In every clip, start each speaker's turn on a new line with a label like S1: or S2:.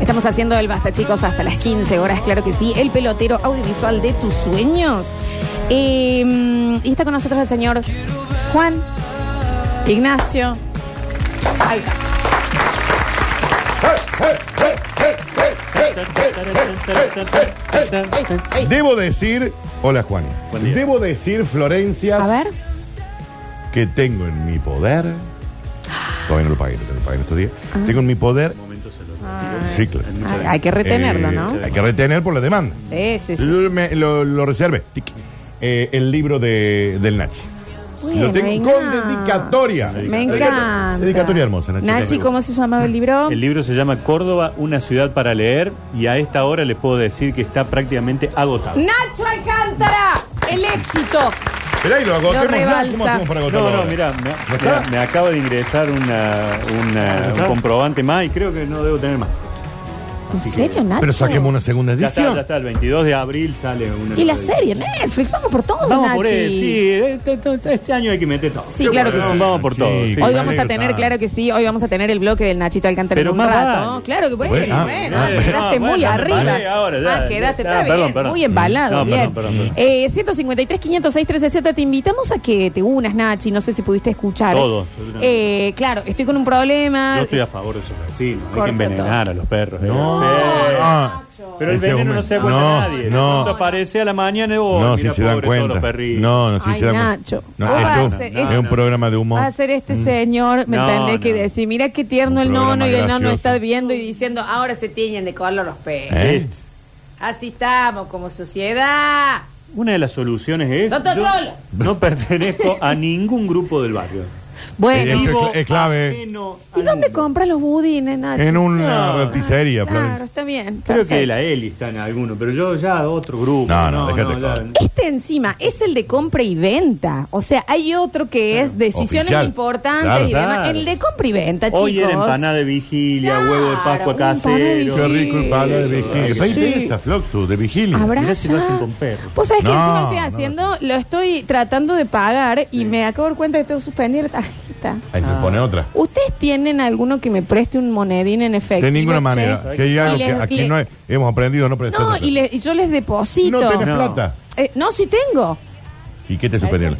S1: Estamos haciendo el basta, chicos, hasta las 15 horas, claro que sí. El pelotero audiovisual de tus sueños. Eh, y está con nosotros el señor Juan Ignacio Alca.
S2: Debo decir, hola Juani.
S3: Buen día.
S2: Debo decir, Florencias,
S1: A ver,
S2: que tengo en mi poder. Todavía no lo pagué, no lo pagué en estos días. Tengo en mi poder. Sí, claro.
S1: Ah. hay, hay que retenerlo,
S2: Eh,
S1: ¿no?
S2: Hay que retener por la demanda.
S1: Sí, sí, sí.
S2: Yo me- Eh, lo, lo reservé. Tic. Eh, el libro de, del Nachi.
S1: Bueno,
S2: lo tengo con
S1: Ignacio.
S2: dedicatoria.
S1: Me
S2: Dedica-
S1: encanta.
S2: Dedicatoria hermosa, Nachi.
S1: Nachi, ¿cómo se llamaba el libro?
S3: El libro se llama Córdoba, una ciudad para leer y a esta hora les puedo decir que está prácticamente agotado.
S1: Nacho Alcántara, el éxito.
S2: Esperá y lo agotemos.
S1: Lo rebalsa.
S2: ¿Cómo hacemos para agotarlo
S3: No, no,
S2: ahora?
S3: mira,
S2: ¿No
S3: me,
S2: está?
S3: mira, me acaba de ingresar una, una- un
S2: está?
S3: comprobante más y creo que no debo tener más.
S1: ¿En serio, Nacho?
S2: Pero saquemos una segunda
S3: Ya está, ya
S2: edición.
S3: está, el 22 de abril sale una.
S1: Y la
S3: nueva
S1: serie, Netflix, vamos por todo,
S3: Vamos
S1: Nachi.
S3: por él, sí. Este, este- este año hay que meter todo.
S1: Sí, claro que
S3: vamos,
S1: sí.
S3: Vamos por todo.
S2: Sí,
S1: Hoy
S3: sí.
S2: me
S1: vamos a
S2: alegro
S1: tener,
S2: tanto.
S1: claro que sí, hoy vamos a tener el bloque del Nachito Alcántara
S3: Pero
S1: en un
S3: más
S1: rato.
S3: vale.
S1: Claro que bueno,
S2: Bueno,
S1: bueno,
S2: ah, ah, bueno.
S1: quedaste
S3: Bueno,
S1: muy
S3: bueno,
S1: arriba.
S3: vale, ahora ya,
S1: ah, quedaste,
S3: ya,
S1: está
S3: perdón,
S1: bien,
S3: perdón.
S1: muy embalado,
S3: No,
S1: bien.
S3: perdón, perdón, perdón.
S1: Eh, 153, 506, 360, te invitamos a que te unas, Nachi, no sé si pudiste escuchar.
S3: Todo.
S1: Eh, claro, estoy con un problema.
S3: Yo estoy a favor de esos vecinos. Hay
S1: Corta
S3: que envenenar a los perros. ¿eh?
S2: No.
S3: Sí.
S2: Ah.
S3: Pero el
S2: Ese
S3: veneno no
S2: aumento.
S3: se da cuenta
S2: No,
S3: a nadie.
S2: no.
S3: Cuando aparece a la mañana, oh,
S2: No,
S3: mira,
S2: si se dan
S3: pobre, todos
S2: cuenta.
S3: los perritos.
S2: No, no, si
S1: Ay,
S2: se dan
S1: Nacho.
S2: cuenta. No,
S1: ¿Cómo
S2: esto
S1: va a ser
S2: es
S1: eso?
S2: un programa de humor.
S1: Va a ser este señor, ¿me
S3: Mm. No,
S1: entendés? Que
S3: no.
S1: decir, mira qué tierno
S2: Un
S1: el nono y el
S2: programa
S1: nono
S2: gracioso.
S1: está viendo y diciendo, ahora se tiñen de color los pelos.
S2: ¿Eh?
S1: Así estamos como sociedad.
S3: Una de las soluciones es.
S1: Nosotros
S3: yo
S1: solos.
S3: no pertenezco a ningún grupo del barrio.
S1: Bueno,
S2: Eso es
S3: Vivo
S2: cl- es clave.
S3: ajeno
S1: ¿y
S3: al
S1: dónde
S3: mundo.
S1: compras los budines, Nacho?
S2: En una
S3: No.
S2: roticería,
S1: Claro,
S2: Florencia.
S1: está bien.
S3: Creo que
S1: perfecto.
S3: la Eli está en alguno, pero yo ya otro grupo.
S2: No, no, déjate de
S3: ya-
S2: joder.
S1: Este encima es el de compra y venta. O sea, hay otro que es decisiones
S2: Oficial.
S1: importantes
S2: Claro,
S1: y
S3: claro.
S1: demás. El de compra y venta, chicos.
S3: Hoy era empanada de vigilia,
S1: Claro,
S3: huevo de Pascua
S1: empanada de
S3: casero.
S2: Qué rico el palo de
S3: Eso,
S2: vigilia.
S3: eso.
S2: Ahí
S1: Sí.
S2: tenés a Floxu de vigilia.
S1: Habrá
S3: Mirá si lo
S1: ya.
S3: hacen con perro.
S1: Vos sabés que
S2: No,
S1: encima lo estoy
S2: no.
S1: haciendo, lo estoy tratando de pagar y me acabo de dar cuenta que tengo que suspender la tarjeta.
S2: Hay que poner otra.
S1: ¿Ustedes tienen alguno que me preste un monedín en efectivo?
S2: De ninguna
S1: che?
S2: manera. Si hay algo
S1: Y
S2: que
S1: les-
S2: aquí
S1: le-
S2: no hay- hemos aprendido a no prestar.
S1: No, y,
S2: atención.
S1: le- y yo les deposito.
S2: No tenés
S3: No.
S2: plata.
S1: Eh, no, sí tengo.
S2: ¿Y qué te superior?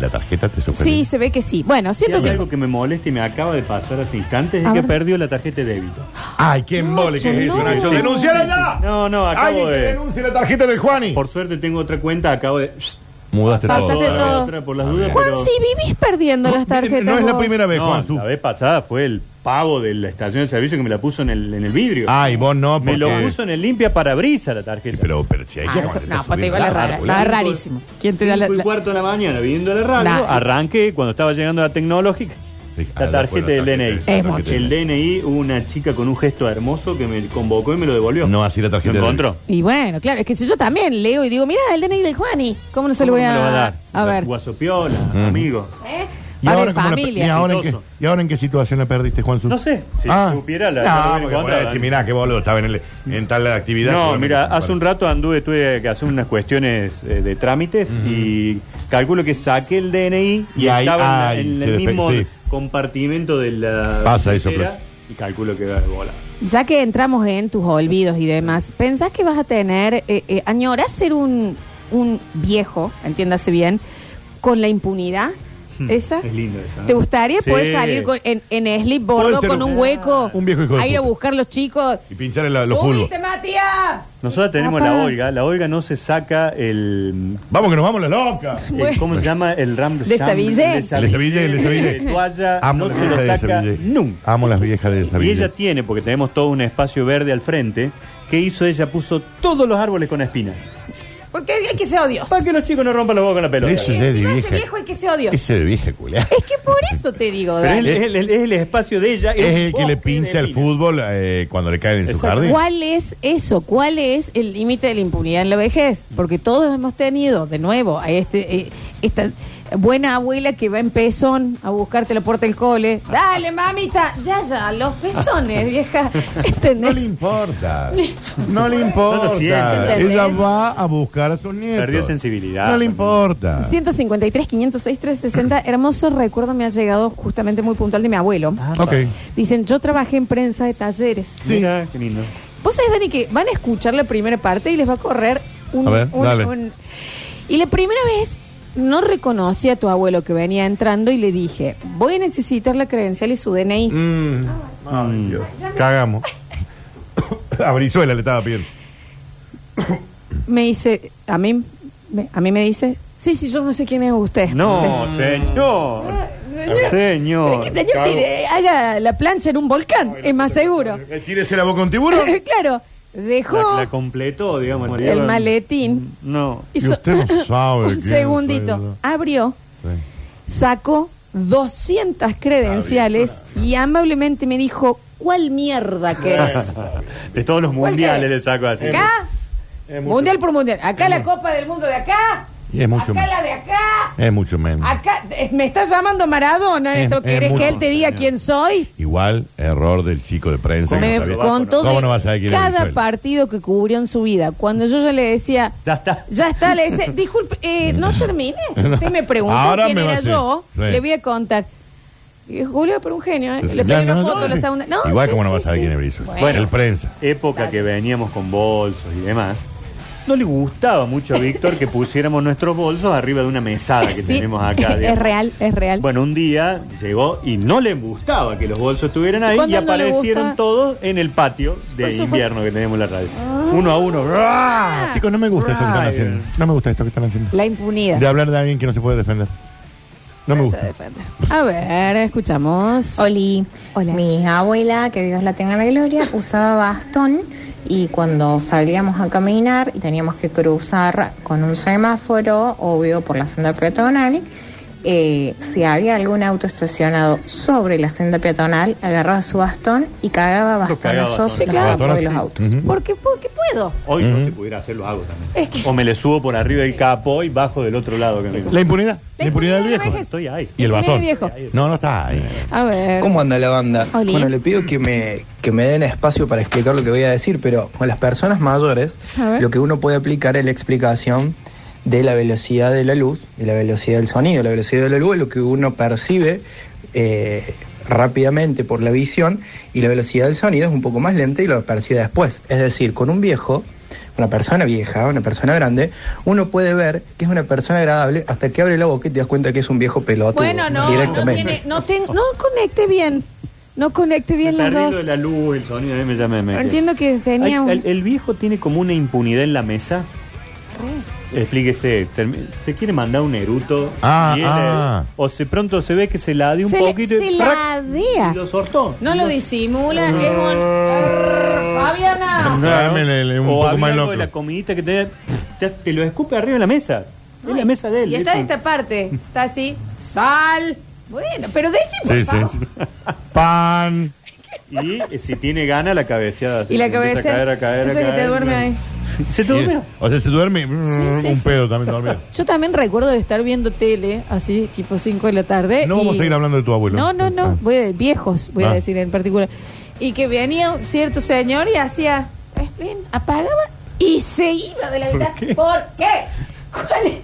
S2: La tarjeta te superior.
S1: Sí, se ve que sí. Bueno,
S3: Si hay
S1: 150.
S3: algo que me molesta y me acaba de pasar hace instantes
S1: A
S3: es que
S1: ver.
S3: perdió la tarjeta de débito.
S2: Ay, qué embole que es
S1: Nacho,
S2: eso,
S1: no.
S2: Nacho.
S3: Sí.
S2: ¡Denunciar allá!
S3: No, no, acabo
S2: Ah. Alguien que
S3: de-
S2: denuncie la tarjeta del Juani.
S3: Por suerte tengo otra cuenta, acabo de...
S2: Mudaste
S1: Pasaste
S3: Toda
S2: todo.
S3: la
S1: todo.
S3: otra por las
S2: Ah,
S3: dudas,
S2: bien.
S1: Juan,
S3: pero-
S1: si vivís perdiendo las tarjetas.
S2: eh, No es la
S1: vos.
S2: primera vez,
S3: No,
S2: Juan. su-
S3: la vez pasada fue el pavo de la estación de servicio que me la puso en el, en el vidrio.
S2: Ay, vos no, porque...
S3: me lo puso en el limpia para brisa la tarjeta.
S2: Pero, pero, si hay
S1: Ah,
S2: que...
S1: eso-
S2: aguantar,
S1: no, pues te digo
S2: subir
S1: la
S2: la
S1: rara.
S2: árboles.
S1: Estaba rarísimo. ¿Quién te da la-
S3: Cinco y
S1: la-
S3: cuarto de la mañana viendo la radio,
S1: Nah.
S3: arranqué cuando estaba llegando a la tecnológica.
S2: Sí, a
S3: La
S2: fue
S3: tarjeta
S2: la
S3: del DNI.
S2: tarjeta,
S1: Es
S2: la
S1: mucho.
S2: tarjeta
S3: El
S2: del
S3: DNI, hubo una chica con un gesto hermoso que me convocó y me lo devolvió.
S2: No, así la tarjeta
S3: ¿Lo
S2: del
S3: encontró?
S1: Y bueno, claro, es que si yo también leo y digo, mira, el DNI del Juani, ¿cómo no se lo
S3: ¿Cómo
S1: voy
S3: no
S1: a,
S3: me va dar?
S1: a ver?
S3: Guasopiola,
S2: Mm.
S3: amigo.
S1: ¿Eh?
S2: ¿Y
S1: Para
S2: ahora
S1: la
S2: cómo la-
S1: familia.
S2: ¿Y ahora, en qué,
S3: Exitoso.
S2: ¿Y ahora en qué situación la perdiste, Juan? Su-
S3: No sé, si supiera la- la
S2: Ah. No,
S3: hubiera
S2: porque podés
S3: encontrado.
S2: decir, mirá, qué boludo, estaba en, el- en tal actividad.
S3: No,
S2: seguramente
S3: mira,
S2: se
S3: hace un
S2: paró.
S3: rato anduve, tuve que hacer unas cuestiones eh, de trámites y calculo que saqué el DNI y,
S2: Y ahí-
S3: estaba en la-
S2: ay,
S3: en,
S2: se
S3: el
S2: despe-
S3: mismo
S2: sí.
S3: compartimento de la.
S2: Pasa eso,
S3: billetera
S2: Flor.
S3: Y calculo que va de bola.
S1: Ya que entramos en tus olvidos y demás, ¿pensás que vas a tener, eh, eh, añorás ser un, un viejo, entiéndase bien, con la impunidad? ¿Esa?
S3: Hmm, es lindo esa, ¿no?
S1: ¿Te gustaría
S3: Sí.
S1: poder salir con- en, en slip
S2: Puede
S1: bordo
S2: ser
S1: con
S2: un-
S1: un hueco?
S2: un viejo hijo de
S1: A ir a
S2: puta.
S1: buscar los chicos.
S2: Y pinchar el, los
S1: ¡Subite,
S2: fulbos.
S1: Matías!
S3: Nosotros tenemos
S1: Papá.
S3: la Olga. La Olga no se saca el.
S2: Vamos que nos vamos la loca.
S3: el-
S1: Bueno.
S3: Eh, ¿Cómo se llama? El Ram
S1: Desabillé.
S2: Desabillé, desabillé.
S3: de toalla.
S2: Amo
S3: no
S2: las
S3: se lo
S2: viejas de
S3: saca
S2: Sevilla.
S3: nunca.
S2: Amo las viejas de
S3: Y
S2: Sevilla.
S3: ella tiene, porque tenemos todo un espacio verde al frente, que hizo ella, puso todos los árboles con espinas.
S1: Porque hay que ser odioso. Eh,
S3: Para que los chicos no rompan los huevos con la pelota.
S2: Eso
S1: Y
S2: ya es de
S1: encima ese
S2: vieja.
S1: viejo hay que ser odioso.
S2: Ese de vieja, culiá.
S1: Es que por eso te digo,
S3: Pero es,
S1: Dani.
S3: el- es el- es el espacio de ella.
S2: Es
S3: un
S2: el que
S3: bosque
S2: le
S3: de
S2: pincha el
S3: espinas.
S2: fútbol eh, cuando le caen en su
S3: Exacto.
S2: jardín.
S1: ¿Cuál es eso? ¿Cuál es el límite de la impunidad en la vejez? Porque todos hemos tenido, de nuevo, a este, eh, esta buena abuela que va en pezón a buscarte la puerta del cole. Dale, mamita. Ya, ya, los pezones, vieja.
S2: No le
S1: ¿Entendés?
S2: importa. No le
S3: No
S2: importa.
S3: lo siente.
S2: Ella
S1: ¿Entendés?
S2: va a buscar a sus nietos.
S3: Perdió sensibilidad.
S2: No le importa.
S1: 153, 506, 360. Hermoso recuerdo me ha llegado
S2: Ah.
S1: justamente muy puntual de mi abuelo.
S2: Ok.
S1: Dicen, yo trabajé en prensa de talleres.
S3: Mira, Ah, qué lindo.
S1: Vos sabés, Dani, que van a escuchar la primera parte y les va a correr un...
S2: A ver,
S1: un-
S2: dale.
S1: un- Y la primera vez no reconocí a tu abuelo que venía entrando y le dije, voy a necesitar la credencial y su DNI.
S2: Mm, ay, Dios. Cagamos. A Brizuela le estaba pidiendo.
S1: Me dice, a mí, me- a mí me dice, sí, sí, yo no sé quién es usted.
S3: No, señor.
S1: Es que
S3: Señor.
S1: el señor tire- haga la plancha en un volcán, es más seguro.
S2: Eh, Tírese la boca a un tiburón.
S1: claro,
S3: La,
S1: dejó
S3: ¿eh? la completó, digamos.
S1: el maletín.
S3: No.
S2: Y usted no sabe
S1: un
S2: quién soy yo.
S1: segundito. Abrió,
S2: Sí.
S1: sacó 200 credenciales y amablemente me dijo, ¿cuál mierda que
S2: Ah,
S1: es?
S3: Ah, De todos los
S1: ¿Cuál
S3: mundiales
S1: que-
S3: le saco así.
S1: ¿Acá? Mundial por mundial. Acá la Copa del Mundo de acá.
S2: Y es mucho
S1: acá
S2: más.
S1: la de acá.
S2: Es mucho menos.
S1: Acá, eh, me está llamando Maradona
S2: Es-
S1: esto.
S2: es
S1: ¿Querés
S2: mucho
S1: que él te diga quién soy?
S2: Igual, error del chico de prensa. que
S1: Me
S2: no sabía.
S1: contó
S2: ¿Cómo
S1: de
S2: no vas a saber quién es
S1: cada
S2: Brizuela?
S1: partido que cubrió en su vida. Cuando yo ya le decía,
S3: Ya está.
S1: ya está, le decía, disculpe, eh, no termine. Usted me preguntó
S2: Ahora
S1: quién
S2: me va a
S1: era
S2: decir.
S1: yo,
S2: Sí. Pues
S1: le voy a contar. Y dijo, Julio, pero un genio, ¿eh? Le pedí
S2: Ya,
S1: una
S2: no,
S1: foto,
S2: no,
S1: la
S2: sí.
S1: segunda. No,
S2: Igual,
S1: sí,
S2: ¿cómo no
S1: sí,
S2: vas a saber
S1: sí.
S2: quién es Brizuela?
S3: Bueno.
S2: El prensa.
S3: época que veníamos con bolsos y demás, no le gustaba mucho a Víctor que pusiéramos nuestros bolsos arriba de una mesada que
S1: Sí,
S3: tenemos acá.
S1: es
S3: digamos.
S1: real, es real.
S3: Bueno, un día llegó y no le gustaba que los bolsos estuvieran ahí y
S1: ¿Cuándo no le
S3: aparecieron
S1: gusta?
S3: todos en el patio de
S1: supuesto. Ah.
S3: invierno que tenemos en la radio. Uno a uno. ¡Ruah!
S2: Ah, Chicos, no me gusta esto que están
S3: Ay,
S2: haciendo. No me gusta esto que están haciendo.
S1: La impunidad.
S2: De hablar de alguien que no se puede defender. No me gusta.
S1: A ver, escuchamos.
S4: Oli,
S1: Hola.
S4: mi abuela, que Dios la tenga en la gloria, usaba bastón y cuando salíamos a caminar y teníamos que cruzar con un semáforo, obvio, por la senda peatonal, eh, si había algún auto estacionado sobre la senda peatonal, agarraba su bastón y cagaba
S3: Lo cagaba bastonazos.
S4: bastonazos en
S1: Sí,
S4: los
S2: claro.
S4: capos de los autos.
S2: Ujú.
S1: Porque, porque puedo.
S3: Hoy no se pudiera hacer, lo hago también.
S1: Es que-
S3: O me le subo por arriba del capo y bajo del otro lado. Que me-
S2: La impunidad. La, impunidad del
S1: impunidad
S2: viejo.
S1: del
S3: Estoy ahí.
S2: Y el
S1: La
S2: bastón.
S1: impunidad del viejo.
S2: No, no está ahí.
S1: A ver.
S5: ¿Cómo anda la banda?
S1: Oli.
S5: Bueno, le pido que me, que me den espacio para explicar lo que voy a decir, pero con las personas mayores,
S1: A ver.
S5: lo que uno puede aplicar es la explicación de la velocidad de la luz, de la velocidad del sonido. La velocidad de la luz es lo que uno percibe eh, rápidamente por la visión y la velocidad del sonido es un poco más lenta y lo percibe después. Es decir, con un viejo, una persona vieja, una persona grande, uno puede ver que es una persona agradable hasta que abre la boca y te das cuenta que es un viejo pelotudo
S1: Bueno, no, no
S5: directamente.
S1: tiene, no, ten- no conecte bien. No conecte bien
S3: Me
S1: las
S3: perdí lo de
S1: dos.
S3: la luz, el sonido, ahí me llamé. me-
S1: Entiendo que tenía
S3: Ay, el,
S1: un...
S3: el viejo tiene como una impunidad en la mesa. Explíquese, termi- se quiere mandar un eruto
S2: Ah,
S3: y él,
S2: ah.
S3: eh, o se pronto se ve que se la dio un
S1: Se le-
S3: poquito
S1: se
S3: y,
S1: la
S3: ¡prac!
S1: dea.
S3: y lo sortó.
S1: No lo disimula, es un... Fabiana.
S3: Claro.
S2: Dámele un
S3: o
S2: poco
S3: había
S2: más
S3: algo
S2: loco.
S3: de la comidita que te, te, te lo escupe arriba en la mesa. En la mesa de él.
S1: Y está
S3: eso.
S1: de esta parte. Está así. Sal. Bueno, pero decimos.
S2: Sí, sí. Pan.
S3: Y, eh, si tiene gana la cabeceada. así,
S1: Y la
S3: empieza
S1: cabeza.
S3: A caer, a caer, a
S1: Eso que te
S3: caer.
S1: duerme ahí.
S3: ¿Se te durmió?
S2: O sea, se duerme. mm,
S1: sí,
S2: un
S1: sí.
S2: pedo también dormido.
S1: Yo también recuerdo de estar viendo tele, así tipo 5 de la tarde.
S2: No
S1: y-
S2: vamos a seguir hablando de tu abuelo.
S1: No, no,
S2: Ah.
S1: no. Voy a- viejos, voy
S2: Ah.
S1: a decir en particular. Y que venía un cierto señor y hacía. "Eh, bien", apagaba y se iba de la vida.
S3: qué?
S1: ¿Por qué? ¿Cuál es?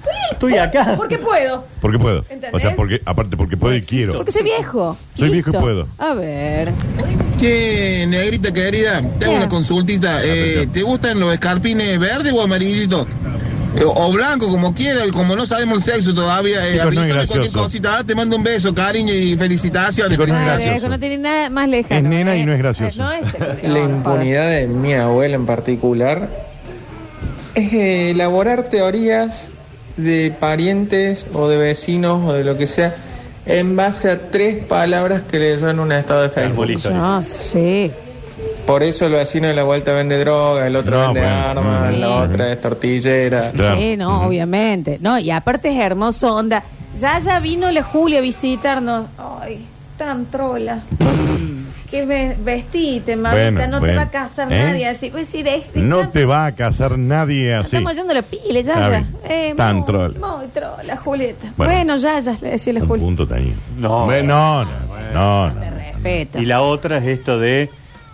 S1: cuál es el
S3: Estoy
S1: por-
S3: acá.
S1: Porque puedo.
S2: Porque puedo.
S1: ¿Entendés?
S2: O sea, porque, aparte, porque puedo y quiero.
S1: Porque soy viejo.
S2: Soy viejo y
S1: Listo.
S2: puedo.
S1: A ver.
S6: Che, negrita querida, tengo
S1: ¿Qué?
S6: una consultita. Eh,
S2: Atención.
S6: ¿Te gustan los escarpines verdes o amarillitos? Eh, O blanco, como quieras, como no sabemos el sexo todavía. Eh,
S2: Chicos, no es
S6: avísame cualquier
S2: gracioso.
S6: cosita. Ah, Te mando un beso, cariño y felicitaciones.
S2: Chicos, no es
S1: Ay,
S2: gracioso.
S1: viejo, no tiene nada más lejano.
S2: Es nena y
S1: eh.
S2: no es gracioso.
S1: Eh, No es.
S7: La impunidad de mi abuela en particular es eh, elaborar teorías de parientes o de vecinos o de lo que sea en base a tres palabras que le dan un estado de Facebook.
S3: Arbolito.
S1: No, sí.
S7: Por eso el vecino de la vuelta vende droga, el otro
S2: No,
S7: vende
S2: bueno. Mm.
S7: armas,
S1: Sí.
S7: la otra es tortillera.
S2: Claro.
S1: Sí, no, obviamente. No, y aparte es hermoso, onda. Ya ya vino la Julia a visitarnos. Ay, tan trola. que ve- vestite, mamita,
S2: Bueno,
S1: no te
S2: bueno.
S1: va a casar
S2: ¿Eh?
S1: nadie así. Pues sí, de, de-
S2: No
S1: tan-
S2: te va a casar nadie así.
S1: Estamos yendo la pile, ya
S2: Está
S1: ya.
S2: bien. Tan
S1: muy-
S2: troll.
S1: Muy trola, Julieta.
S2: Bueno.
S1: Bueno, ya ya, le decía la
S2: Un
S1: Julia.
S2: punto tañido.
S3: No.
S2: Bueno, No, no, no. no.
S1: Respeto.
S3: Y la otra es esto de,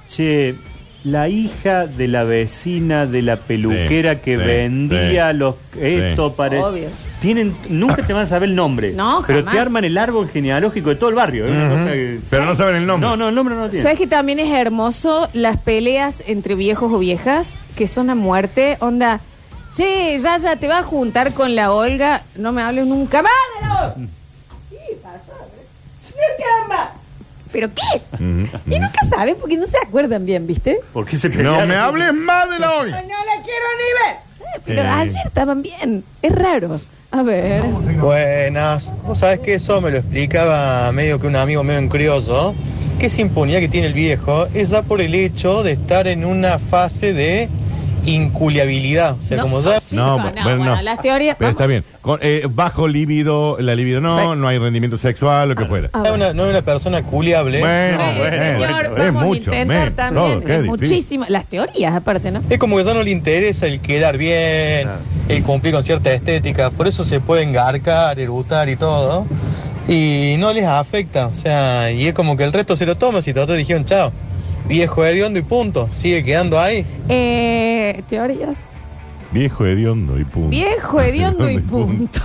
S3: che, la hija de la vecina de la peluquera
S2: Sí,
S3: que
S2: sí,
S3: vendía
S2: sí,
S3: los
S2: sí. Ah.
S3: esto para
S1: Obvio.
S3: Tienen, nunca te van a saber el nombre.
S1: No,
S3: Pero
S1: jamás.
S3: te arman el árbol genealógico de todo el barrio. es una
S2: Ujú.
S3: cosa que-
S2: Pero no saben el nombre.
S3: No, no, el nombre no lo tienen.
S1: ¿Sabes que también es hermoso las peleas entre viejos o viejas? Que son a muerte. Onda, che, ya, ya te vas a juntar con la Olga. No me hables nunca más de la
S2: Mm.
S1: Olga. Sí, pasó, ¿eh? Nunca más. ¿Pero qué?
S2: Ujú.
S1: Y nunca sabes porque no se acuerdan bien, ¿viste?
S3: ¿Por qué se pelearon?
S2: No me hables más de la hoy.
S1: No la quiero ni ver. Eh, Pero
S2: Eh.
S1: ayer estaban bien. Es raro. A ver.
S8: Buenas. Vos sabés que eso me lo explicaba medio que un amigo medio encrioso, que esa impunidad que tiene el viejo es ya por el hecho de estar en una fase de inculiabilidad. O sea,
S1: No,
S8: como ya
S1: chicos, no, bueno, las teorías.
S2: Pero está
S1: vamos.
S2: bien. Con, eh, bajo libido, la libido no,
S1: Perfecto.
S2: no hay rendimiento sexual, lo que
S1: Ah,
S2: fuera.
S1: ah,
S8: no es una, no es una persona culiable.
S2: Bueno,
S1: Bueno,
S2: bueno,
S1: señor,
S2: es
S1: vamos
S2: mucho,
S1: a intentar
S2: men,
S1: también.
S2: todo, qué difícil.
S1: muchísimas. Las teorías, aparte, ¿no?
S8: Es como que ya no le interesa el quedar bien,
S3: Claro.
S8: el cumplir con cierta estética, por eso se pueden garcar, erutar y todo, y no les afecta, o sea, y es como que el resto se lo toma si te dijeron chao, viejo hediondo y punto, sigue quedando ahí.
S1: Eh, teorías.
S2: Viejo hediondo y punto.
S1: Viejo, hediondo y punto.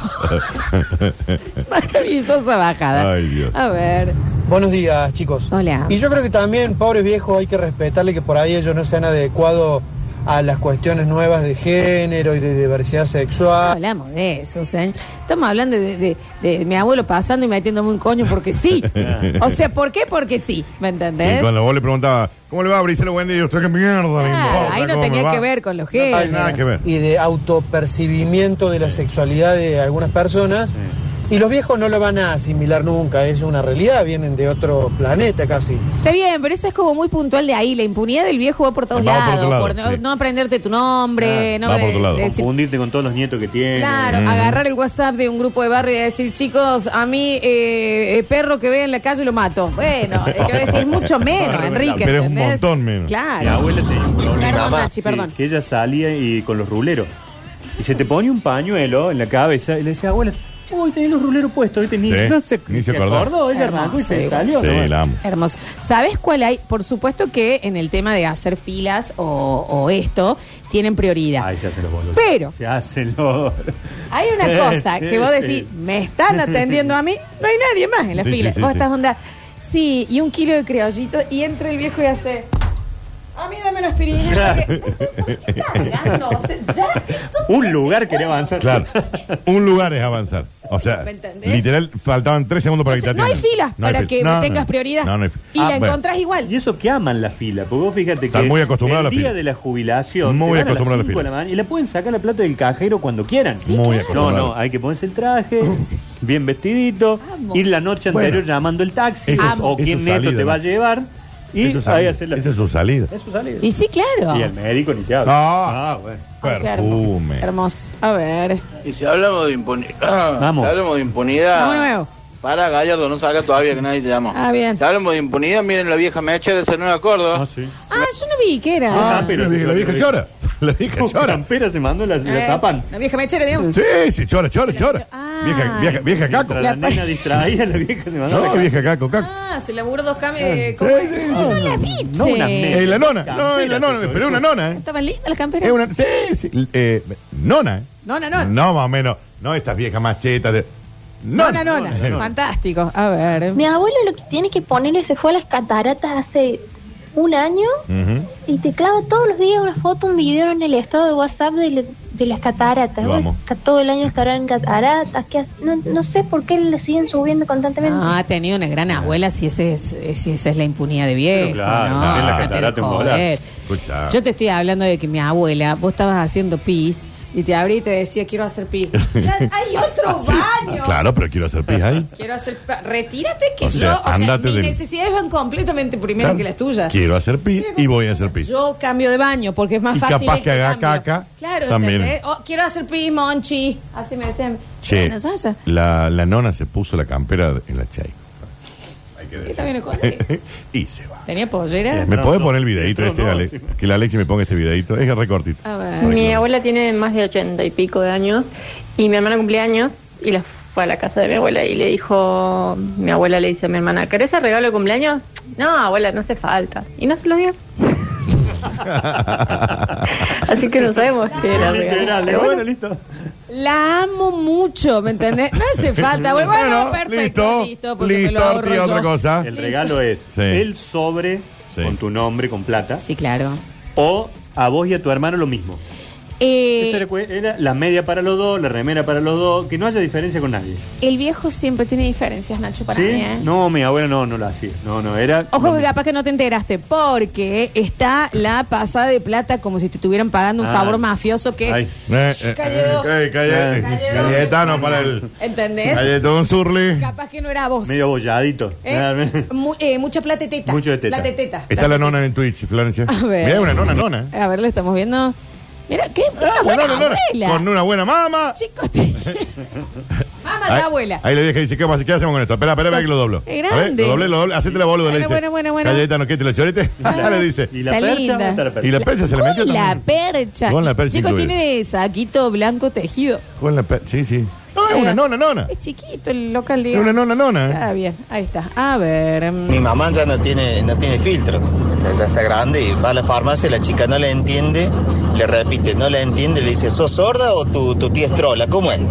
S1: Maravillosa bajada.
S2: Ay, Dios.
S1: A ver.
S9: Buenos días, chicos.
S1: Hola.
S9: Y yo creo que también, pobres viejos, hay que respetarle que por ahí ellos no se han adecuado a las cuestiones nuevas de género y de diversidad
S1: No
S9: sexual.
S1: hablamos de eso, o sea, estamos hablando de, de- de mi abuelo pasando y metiéndome un coño porque sí. O sea, ¿por qué? Porque sí, ¿me
S2: Y
S1: entendés?
S2: cuando vos le preguntaba, ¿cómo le va a Briselo Wendy? Y yo, "Usted qué mierda. me
S1: Claro,
S2: importa
S1: Ah, ahí no
S2: cómo me
S1: tenía
S2: va".
S1: que ver con los
S2: No hay
S1: géneros.
S2: nada que ver.
S9: Y de autopercibimiento de la sexualidad de algunas personas. Y los viejos no lo van a asimilar nunca, es una realidad, vienen de otro planeta casi.
S1: Está bien, pero eso es como muy puntual de ahí. La impunidad del viejo va por todos
S2: Va por
S1: lados.
S2: otro lado,
S1: por no,
S2: sí.
S1: no aprenderte tu nombre.
S2: Claro,
S1: no
S2: va por
S1: de-
S2: otro lado.
S1: de- decir-
S3: Confundirte con todos los nietos que tienen.
S1: Claro, agarrar el WhatsApp de un grupo de barrio y decir, chicos, a mí, eh, eh, perro que ve en la calle lo mato. Bueno, es que decís mucho menos, Enrique.
S2: Pero es un
S1: ¿entendés?
S2: montón menos.
S3: Mi
S1: Claro.
S3: abuela tenía un problema.
S1: Perdón, Nachi,
S3: que-
S1: Ah, perdón.
S3: Que, ella salía y con los ruleros. Y se te ponía un pañuelo en la cabeza y le decía, abuela, hoy tenés los ruleros puestos, ¿viste? Ni,
S2: Sí,
S3: no se,
S2: ni se acordó.
S3: acordó. Ella arrancó y se
S1: Hermoso,
S3: salió.
S2: Sí,
S3: nomás.
S2: la amo.
S1: Hermoso. ¿Sabes cuál hay? Por supuesto que en el tema de hacer filas o, o esto, tienen prioridad.
S3: Ay, se hacen los bolos.
S1: Pero-
S3: Se hacen los...
S1: Hay una
S3: Sí,
S1: cosa
S3: sí,
S1: que vos
S3: sí.
S1: decís, me están atendiendo a mí, no hay nadie más en la
S2: Sí,
S1: fila.
S2: sí, sí,
S1: vos
S2: sí.
S1: estás onda, sí, y un kilo de creollito, y entra el viejo y hace, a mí dame los pirines.
S3: Claro.
S2: Uh,
S3: Un lugar quería avanzar.
S2: Claro. Un lugar es avanzar. O sea,
S1: ¿Me entendés?
S2: literal, faltaban tres segundos para
S1: Entonces,
S2: que te
S1: no hay
S2: atiendan.
S1: filas
S2: No hay
S1: para
S2: fila.
S1: que
S2: No, no,
S1: tengas
S2: no.
S1: prioridad.
S2: No, no hay
S1: y
S2: fila. Ah,
S1: la
S2: bueno.
S1: encontrás igual.
S3: Y eso que aman la fila, porque vos fíjate
S2: Están
S3: que
S2: muy acostumbrados
S3: el
S2: a la
S3: día
S2: fila.
S3: de la jubilación
S2: Muy
S3: te van
S2: acostumbrados a
S3: a
S2: la
S3: las 5
S2: fila.
S3: de la mañana y le pueden sacar la plata del cajero cuando quieran.
S2: Muy
S3: no,
S2: acostumbrado.
S3: no, hay que ponerse el traje, bien vestidito,
S1: Vamos.
S3: ir la noche anterior
S2: Bueno.
S3: llamando el taxi
S2: Eso es-
S3: o
S2: eso es
S3: quién neto
S2: salida,
S3: te va a
S2: ¿no?
S3: llevar y
S2: Esa es su
S3: ahí
S2: salida.
S3: hacer la
S2: Esa es su salida.
S3: Eso es salida.
S1: Y sí, claro.
S3: Y el médico ni se habla.
S2: Ah.
S3: bueno.
S1: Ay, qué
S2: Perfume.
S1: hermoso. hermoso. A ver.
S10: Y si hablamos de impunidad.
S3: Vamos.
S10: Si hablamos de
S2: Ah.
S10: impunidad.
S1: Vamos de nuevo.
S10: Para Gallardo, no salga todavía que nadie te llamó.
S1: Ah, bien.
S10: Si hablamos de impunidad, miren la vieja mecha de esa nueva Córdoba.
S3: Ah, sí.
S1: Ah, yo no vi que era.
S2: Ah,
S3: Ah, pero
S2: sí,
S3: sí,
S2: la
S3: sí,
S2: vieja
S3: sí.
S2: llora. La vieja llora.
S3: Campera se mandó la, la
S1: Eh,
S3: zapan.
S1: La vieja mechera, digamos.
S2: Sí, sí, llora, llora, llora.
S1: Ah.
S2: Vieja, vieja, vieja caco.
S3: Mientras
S1: La
S3: La,
S1: pa-
S3: nena distraía, la vieja se mandó.
S2: No,
S3: la-
S2: vieja caco, caco.
S1: Ah, se laburó dos cambios. de...
S2: Sí, sí, sí.
S1: no la vi,
S3: Ah, No,
S1: che.
S3: una media.
S2: Eh, la nona. No, es
S3: Campera,
S2: la nona,
S3: se
S2: pero es una nona, ¿eh?
S1: Estaban lindas las camperas.
S2: Es una. Sí, sí. eh, nona, ¿eh?
S1: Nona, nona.
S2: No, más o menos. No estas viejas machetas. De...
S1: Nona, nona. Fantástico. A ver.
S4: Mi abuelo lo que tiene que ponerle se fue a las cataratas hace un año
S2: Ujú.
S4: y te clava todos los días una foto, un video en el estado de WhatsApp de, la- de las cataratas.
S2: Lo amo.
S4: Está todo el año estará en cataratas. ¿qué hace? no, no sé por qué le siguen subiendo constantemente.
S1: No, Ah, ha tenido una gran abuela si, ese es, eh, si esa es la impunidad de viejo.
S3: Pero claro,
S1: no,
S3: también la
S1: déjate
S3: catarata
S1: de
S3: en volar.
S1: joder.
S2: Escucha.
S1: Yo te estoy hablando de que mi abuela, vos estabas haciendo pis y te abrí y te decía, quiero hacer pis. Ya hay otro baño.
S2: Ah, Claro, pero quiero hacer pis ahí.
S1: Quiero hacer. pa- Retírate que
S2: O sea,
S1: yo. O sea,
S2: andate
S1: mis
S2: de-
S1: necesidades van completamente primero
S2: Claro.
S1: que las tuyas.
S2: Quiero hacer pis y voy a hacer pis.
S1: Yo cambio de baño porque es más
S2: Y
S1: fácil.
S2: capaz
S1: este
S2: que haga
S1: cambio.
S2: caca,
S1: Claro,
S2: también.
S1: ¿entendés? Oh, quiero hacer pis, Monchi. Así me decían.
S2: Che,
S1: Bueno, Sasha,
S2: la, la nona se puso la campera de- en la chai. Hay que
S1: Esta viene con él.
S2: y se va.
S1: ¿Tenía pollera?
S2: ¿Me
S3: No,
S2: podés
S3: no.
S2: poner el videito
S3: No,
S2: este,
S3: no,
S2: Ale?
S3: sí.
S2: Que la Alexi me ponga este videito. Es recortito.
S1: A ver.
S2: Para que
S11: Mi
S2: lo-
S11: abuela tiene más de ochenta y pico de años y mi hermana cumplía años y la fue a la casa de mi abuela y le dijo, mi abuela le dice a mi hermana, ¿querés el regalo de cumpleaños? No, abuela, no hace falta. Y no se lo dio.
S12: Así que no sabemos qué era.
S3: Listo,
S12: digamos.
S3: era,
S12: Pero
S3: bueno, listo.
S1: La amo mucho, ¿me entendés? No hace falta. Bueno,
S2: Bueno,
S1: perfecto.
S2: listo,
S1: porque me lo Eh,
S2: listo,
S1: ahorro
S2: tira
S1: yo.
S2: otra cosa.
S3: El
S1: Ah, Listo.
S3: regalo es
S2: Sí.
S3: el sobre con tu nombre, con plata.
S1: Sí, claro.
S3: O a vos y a tu hermano lo mismo.
S1: Eh,
S3: Esa era, cu- era la media para los dos, la remera para los dos, que no haya diferencia con nadie.
S1: el viejo siempre tiene diferencias, Nacho, para
S3: ¿Sí?
S1: mí, ¿eh?
S3: No, mi abuelo no, no lo hacía. No, no, era.
S1: Ojo que capaz que no te enteraste, porque está la pasada de plata como si te estuvieran pagando un
S3: Ah.
S1: favor mafioso que...
S3: Ay.
S2: Eh, eh,
S1: Calle dos.
S2: eh, calle-
S1: Calle dos.
S2: Cayetano para el.
S1: ¿Entendés?
S2: Cayetano Surly.
S1: Capaz que no era vos.
S3: Medio abolladito.
S1: ¿Eh? Mu- eh, mucha plata de teta.
S3: Mucho de teta.
S1: Plata de teta.
S2: Está la nona en Twitch, Florencia.
S1: A ver.
S2: Mira, una nona, nona.
S1: A ver, le estamos viendo. Mira, qué una
S2: Ah,
S1: buena
S2: la nona, nona.
S1: abuela.
S2: Con una buena mamá.
S1: Chicos, te- mamá de
S2: Ahí-
S1: abuela.
S2: Ahí la vieja dice, ¿qué, más- ¿qué hacemos con esto? Espera, espera, espera que lo doblo.
S1: Qué
S2: A ver,
S1: grande.
S2: lo doble, lo doble. Hacete la boluda, le
S1: Bueno,
S2: dice.
S1: bueno, bueno, bueno.
S2: Cayetano, ¿qué te lo chorete? Ah, le dice.
S3: ¿Y la
S1: Está
S3: percha?
S1: linda.
S3: ¿Dónde está la percha?
S2: Y la percha se le metió
S1: Con la
S2: también.
S1: percha.
S2: Con la percha
S1: Chicos,
S2: incluida.
S1: tiene de saquito blanco tejido.
S2: Con la percha, sí, sí. Ah, es
S1: Eh,
S2: una nona, nona.
S1: Es chiquito el local de.
S2: Es una nona, nona. ¿eh?
S1: Está bien, ahí está. A ver. mm,
S13: Mi mamá ya no tiene, no tiene filtro, ya está grande y va a la farmacia, la chica no le entiende, le repite, no le entiende, le dice, ¿sos sorda o tu, tu tía es trola? ¿Cómo es?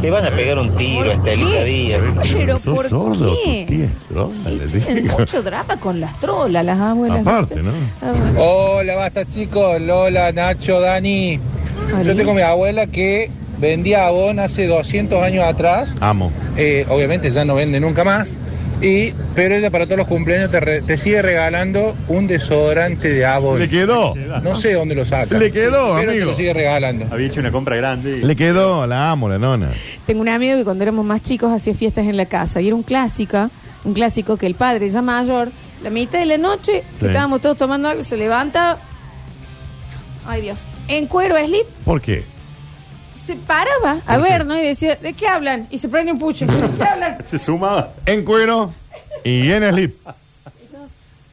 S13: Te van a pegar un tiro, Estelita Díaz.
S1: Ah, Pero
S2: ¿Sos
S1: ¿por
S2: sordo?
S1: qué?
S2: tu tía es droga, le
S1: Tienen
S2: digo.
S1: mucho drama con las trolas, las abuelas.
S2: Aparte, ¿no?
S1: A ver.
S7: Hola, basta chicos. Lola, Nacho, Dani. Yo tengo mi abuela que vendía abón hace 200 años atrás.
S2: Amo.
S7: Eh, obviamente ya no vende nunca más. Y, pero ella para todos los cumpleaños te, re- te sigue regalando un desodorante de abón.
S2: Le quedó.
S7: No sé dónde lo saca.
S2: Le quedó,
S7: pero te
S2: amigo.
S7: lo sigue regalando.
S3: Había hecho una compra grande. y-
S2: Le quedó, la amo, la nona.
S1: Tengo un amigo que cuando éramos más chicos hacía fiestas en la casa y era un clásico, un clásico que el padre ya mayor, la mitad de la noche,
S2: Sí.
S1: que estábamos todos tomando algo, se levanta, ay Dios, en cuero slip,
S2: ¿Por qué?
S1: se paraba a ver, ¿no? Y decía, ¿de qué hablan? Y se prende un pucho. ¿De qué hablan?
S3: Se sumaba.
S2: En cuero y en slip.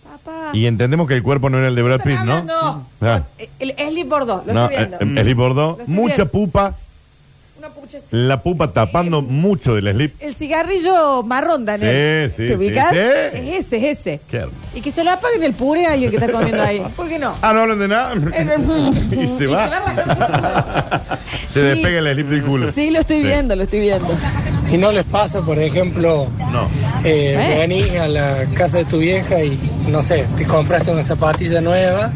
S1: Papá.
S2: Y entendemos que el cuerpo no era el de Brad Pitt,
S1: están
S2: ¿no?
S1: hablando.
S2: Ah,
S1: El slip bordo, lo
S2: no, eh,
S1: estoy viendo.
S2: el, el slip bordó.
S1: Lo estoy
S2: Mucha
S1: viendo.
S2: pupa.
S1: Una pucha.
S2: La pupa tapando mucho del slip.
S1: El cigarrillo marrón, Daniel.
S2: Sí, sí,
S1: ¿Te
S2: sí,
S1: ubicas?
S2: sí.
S1: Es ese, es ese.
S2: Qué hermoso.
S1: Y que se lo apaguen el puré a alguien que está comiendo ahí. ¿Por qué no?
S2: Ah, no hablan de nada. y se va.
S1: va.
S2: Se,
S1: Sí.
S2: despega el slip del culo.
S1: Sí, lo estoy viendo, lo estoy viendo.
S8: Y no les pasa, por ejemplo,
S2: No.
S8: eh,
S1: ¿Eh?
S8: venís a la casa de tu vieja y, no sé, te compraste una zapatilla nueva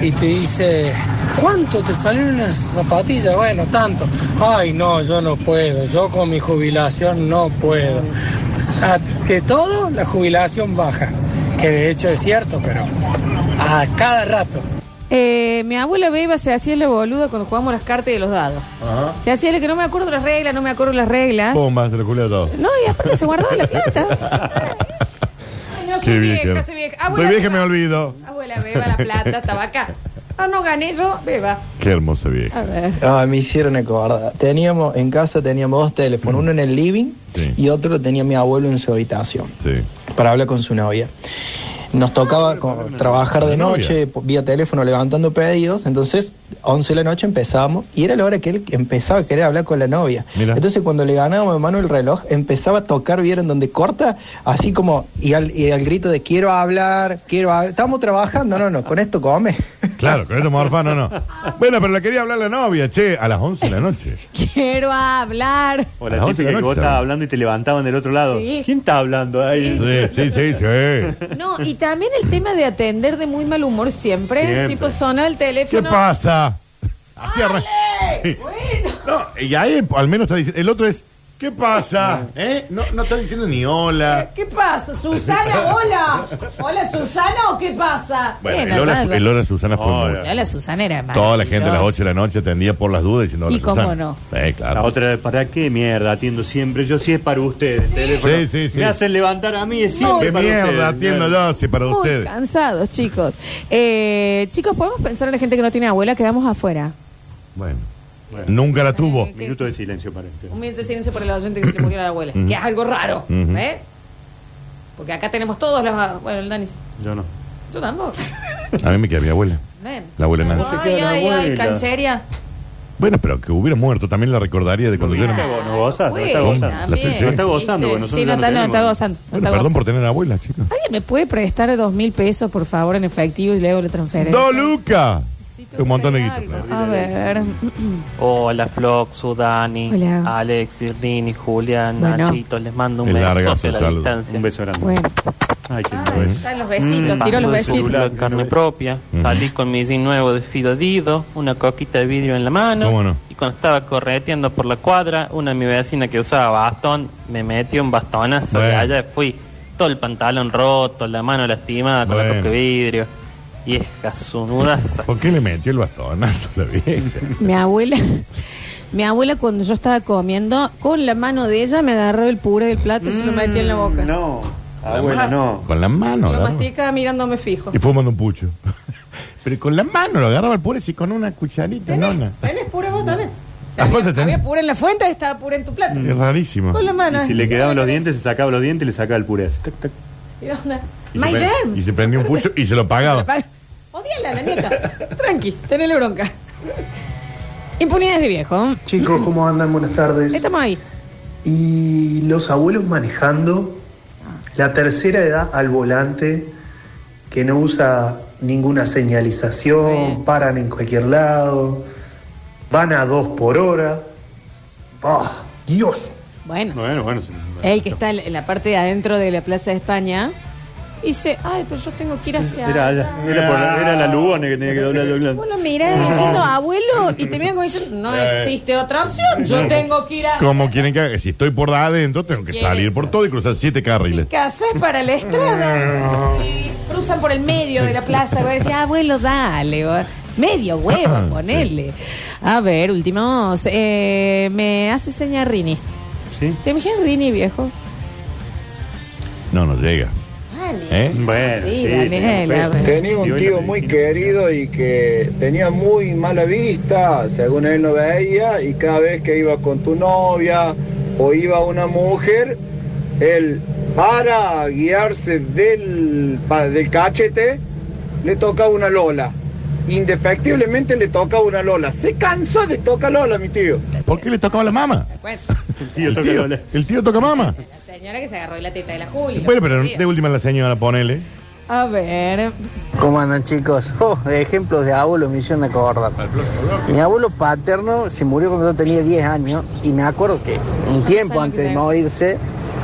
S8: y te dice, ¿cuánto te salieron esas zapatillas? Bueno, tanto. Ay, no, yo no puedo, yo con mi jubilación no puedo. Ante todo, la jubilación baja, que de hecho es cierto, pero a cada rato.
S1: Eh, mi abuela Beba se hacía la boluda cuando jugábamos las cartas y los dados. Se hacía la que no me acuerdo las reglas, no me acuerdo las reglas.
S2: Bomba, se lo culea todo.
S1: No, y aparte se guardaba la plata. Ay, no, soy
S2: Qué
S1: vieja,
S2: vieja.
S1: soy vieja.
S2: Soy
S1: Abuela,
S2: vieja y me
S1: beba,
S2: olvido.
S1: abuela, beba la plata, estaba acá. Ah, no gané yo, beba.
S2: Qué hermosa vieja.
S1: A ver.
S5: Ah, me hicieron acordar. Teníamos, en casa teníamos dos teléfonos, uno en el living
S2: Sí.
S5: y otro lo tenía mi abuelo en su habitación
S2: Sí.
S5: para hablar con su novia.
S2: Ah,
S5: Nos tocaba co- trabajar de
S2: novia.
S5: noche po- vía teléfono levantando pedidos, entonces 11 de la noche empezábamos y era la hora que él empezaba a querer hablar con la novia.
S2: Mira.
S5: Entonces cuando le ganábamos en mano el reloj, empezaba a tocar, vieron donde corta, así como y al, y al grito de quiero hablar, quiero hablar, estamos trabajando, no, no, con esto come.
S2: Claro, con esto morfa, no, no. Bueno, pero la quería hablar la novia, che, a las 11 de la noche.
S1: Quiero hablar.
S3: O
S2: A
S3: la
S2: las ocho de
S3: típica
S2: la
S3: que
S2: noche,
S3: vos
S2: ¿sabes?
S3: estabas hablando y te levantaban del otro lado.
S1: Sí.
S3: ¿Quién está hablando ahí?
S2: Sí, sí, sí, sí.
S1: No, y también el tema de atender de muy mal humor siempre.
S2: Siempre.
S1: Tipo, zona el
S2: ¿Qué
S1: teléfono. ¡Eh!
S2: pasa? Así arranca. Sí. No, y ahí al menos está diciendo. El otro es, ¿qué pasa? ¿Eh? No, no está diciendo ni hola.
S1: ¿Qué pasa? Susana, hola. Hola, Susana, ¿o qué pasa?
S2: Bueno,
S1: Bien,
S2: el hola,
S1: allá,
S2: el hola Susana fue muy.
S1: allá. Hola, Susana era
S2: Toda la gente a las
S1: maravillosa.
S2: 8 de la noche atendía por las dudas diciendo hola
S1: Y cómo
S2: Susana.
S1: no.
S2: Sí,
S3: La
S2: claro.
S3: otra, ¿para qué mierda atiendo siempre? Yo sí es para ustedes. el teléfono.
S2: Sí, sí, sí.
S3: Me hacen levantar a mí, es siempre
S2: ¿Qué
S3: para ustedes.
S2: mierda atiendo yo si para
S1: Muy
S2: ustedes?
S1: cansados, chicos. Eh, chicos, ¿podemos pensar en la gente que no tiene abuela? Quedamos afuera.
S2: Bueno. Nunca la tuvo.
S3: Minuto de silencio para este.
S1: Un minuto de silencio por el oyente que se le murió la abuela.
S2: Ujú.
S1: Que es algo raro,
S2: Ujú.
S1: ¿eh? Porque acá tenemos todos los... ah, Bueno, el Dani...
S3: Yo no.
S1: Yo tampoco.
S2: A mí me queda mi abuela.
S1: Ven.
S2: La abuela Nancy.
S1: Ay, ay, ay,
S3: abuela.
S1: cancheria.
S2: Bueno, pero que hubiera muerto también la recordaría de cuando yo era.
S3: No, no gozas, no está
S2: Bueno,
S3: gozando.
S2: la estoy-
S3: No está gozando, bueno,
S1: Sí, no está, no está gozando. no
S2: Bueno,
S1: está
S2: perdón
S1: gozando.
S2: por tener abuela, chica.
S1: ¿Alguien me puede prestar dos mil pesos, por favor, en efectivo y le hago la transferencia?
S2: ¡No, Luca! Un montón de guitos.
S1: A ver.
S10: Hola Flox, Dani,
S1: Hola.
S10: Alex, Irrini, Julián,
S1: Bueno.
S10: Nachito, les mando un
S2: Es larga
S10: beso
S2: su
S10: a la
S2: salud.
S10: distancia.
S3: Un beso grande.
S1: Bueno.
S3: Ay, qué
S1: están los
S2: Mm.
S1: besitos, tiró los besitos.
S10: carne propia, salí con mi jean nuevo de Fidodido, una coquita de vidrio en la mano.
S2: ¿Cómo no?
S10: Y cuando estaba correteando por la cuadra, una de mis vecinas que usaba bastón me metió un bastonazo
S2: Bueno.
S10: y allá fui. Todo el pantalón roto, la mano lastimada con la
S2: Bueno.
S10: coca de vidrio. Vieja sunudaza.
S2: ¿Por qué le metió el bastonazo a la vieja?
S1: Mi abuela, mi abuela cuando yo estaba comiendo, con la mano de ella me agarró el puré del plato y se lo metió en la boca.
S3: Mm, No, abuela, no.
S2: Con la mano.
S1: Lo
S2: ¿verdad?
S1: masticaba mirándome fijo.
S2: Y pues, fumando un pucho. Pero con la mano lo agarraba el pobre y con una cucharita. No, no.
S1: ¿Tenés puré vos también?
S2: Ah, vos tenés.
S1: Había puré en la fuente, estaba puré en tu plato.
S2: Es rarísimo.
S1: Con la mano.
S3: Y si le quedaban los dientes, se sacaba los dientes y le sacaba el puré. así, tac, tac.
S1: Mirá, onda.
S3: Y se
S1: My
S3: me-
S1: germs.
S2: Y se prendía un pucho y se lo pagaba.
S1: Odiala, la nieta. Tranqui, tenele bronca. Impunidades de viejo.
S5: Chicos, ¿cómo andan? Buenas tardes.
S1: Estamos ahí.
S5: Y los abuelos manejando la tercera edad al volante que no usa ninguna
S3: Oh.
S1: Eh,
S5: señalización, paran en cualquier lado, van a dos por hora. ¡Ah! ¡Dios!
S1: Bueno.
S3: Bueno, bueno. sí.
S1: El que está en la parte de adentro de la Plaza de España. Dice, ay, pero yo tengo que ir hacia.
S3: Era, allá, era por la- era la lugona que tenía que doblar, doblar.
S1: Vos lo mirás diciendo abuelo y te miran como diciendo, no
S2: Eh.
S1: existe otra opción. Yo
S2: No.
S1: tengo que ir a.
S2: Como quieren que haga. Si estoy por adentro, tengo que
S1: Bien.
S2: salir por todo y cruzar siete carriles.
S1: Casa es para la
S2: Mm.
S1: estrada. Sí, Cruzan por el medio de la plaza. Vos decís, "Ah, abuelo, dale. vos. Medio
S2: Ah,
S1: huevo, ponele. A ver, últimos. Eh, me hace señal Rini.
S3: ¿Sí?
S1: ¿Te imaginas Rini, viejo?
S2: No, no llega.
S1: Dale.
S2: ¿Eh?
S3: Bueno,
S1: Sí, sí, Daniel, a ver.
S7: Tenía un tío muy querido y que tenía muy mala vista, según él no veía, y cada vez que iba con tu novia o iba una mujer, él para guiarse del, pa- del cachete le tocaba una lola. Indefectiblemente le tocaba una lola. Se cansó de tocar lola, mi tío.
S2: ¿Por qué le tocaba la mama?
S1: Bueno,
S3: El
S2: tío toca El tío toca mama.
S1: la señora que se agarró la teta de la Julia.
S2: Bueno, pero de última la señora, ponele.
S1: A ver.
S8: ¿Cómo andan chicos? Oh, ejemplos de abuelo me hicieron acordar. Mi abuelo paterno se murió cuando yo tenía 10 años y me acuerdo que un tiempo antes de morirse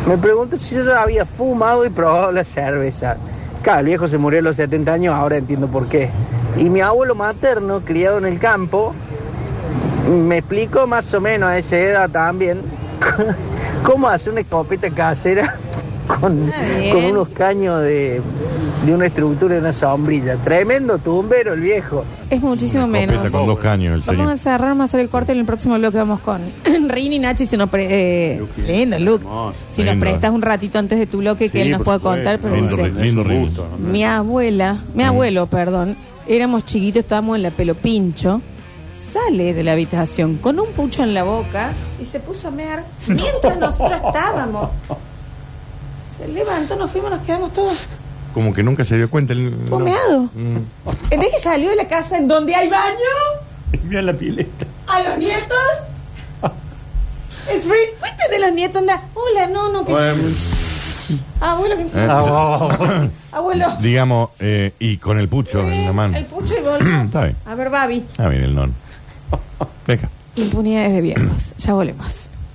S8: me preguntó si yo ya había fumado y probado la cerveza. Claro, el viejo se murió a los 70 años, ahora entiendo por qué. Y mi abuelo materno, criado en el campo, me explicó más o menos a esa edad también cómo hacer una escopeta casera con,
S1: bien.
S8: con unos caños de, de una estructura de una sombrilla. Tremendo tumbero el viejo.
S1: Es muchísimo menos.
S2: Copeta con dos caños el
S1: Vamos
S2: señor.
S1: a cerrar, vamos a hacer el corte y en el próximo bloque vamos con Rini Nachi. Si nos pre- eh, lindo, Luke. Si nos
S2: Lindo.
S1: prestas un ratito antes de tu bloque que
S2: Sí,
S1: él nos pueda
S2: por supuesto.
S1: contar, pero
S2: Lindo,
S1: dice,
S2: lindo, lindo.
S1: mi abuela, mi abuelo, perdón, éramos chiquitos, estábamos en la pelo pincho, sale de la habitación con un pucho en la boca y se puso a mear mientras nosotros estábamos. Se levantó, nos fuimos, nos quedamos todos.
S2: Como que nunca se dio cuenta. Eh. El,
S1: ¿Tú meado? ¿Entendés Eh, que salió de la casa en donde hay baño?
S3: Mira la pileta.
S1: ¿A los nietos? Es free. Cuéntate de los nietos, anda. Hola, no, no. que- Abuelo, que-
S2: Eh,
S1: Abuelo.
S2: Digamos, eh, y con el pucho en la mano.
S1: El pucho y volvo.
S2: Está bien.
S1: A ver, Babi.
S2: Ah, bien, el non. Venga.
S1: Impunidades de viejos. Ya volvemos.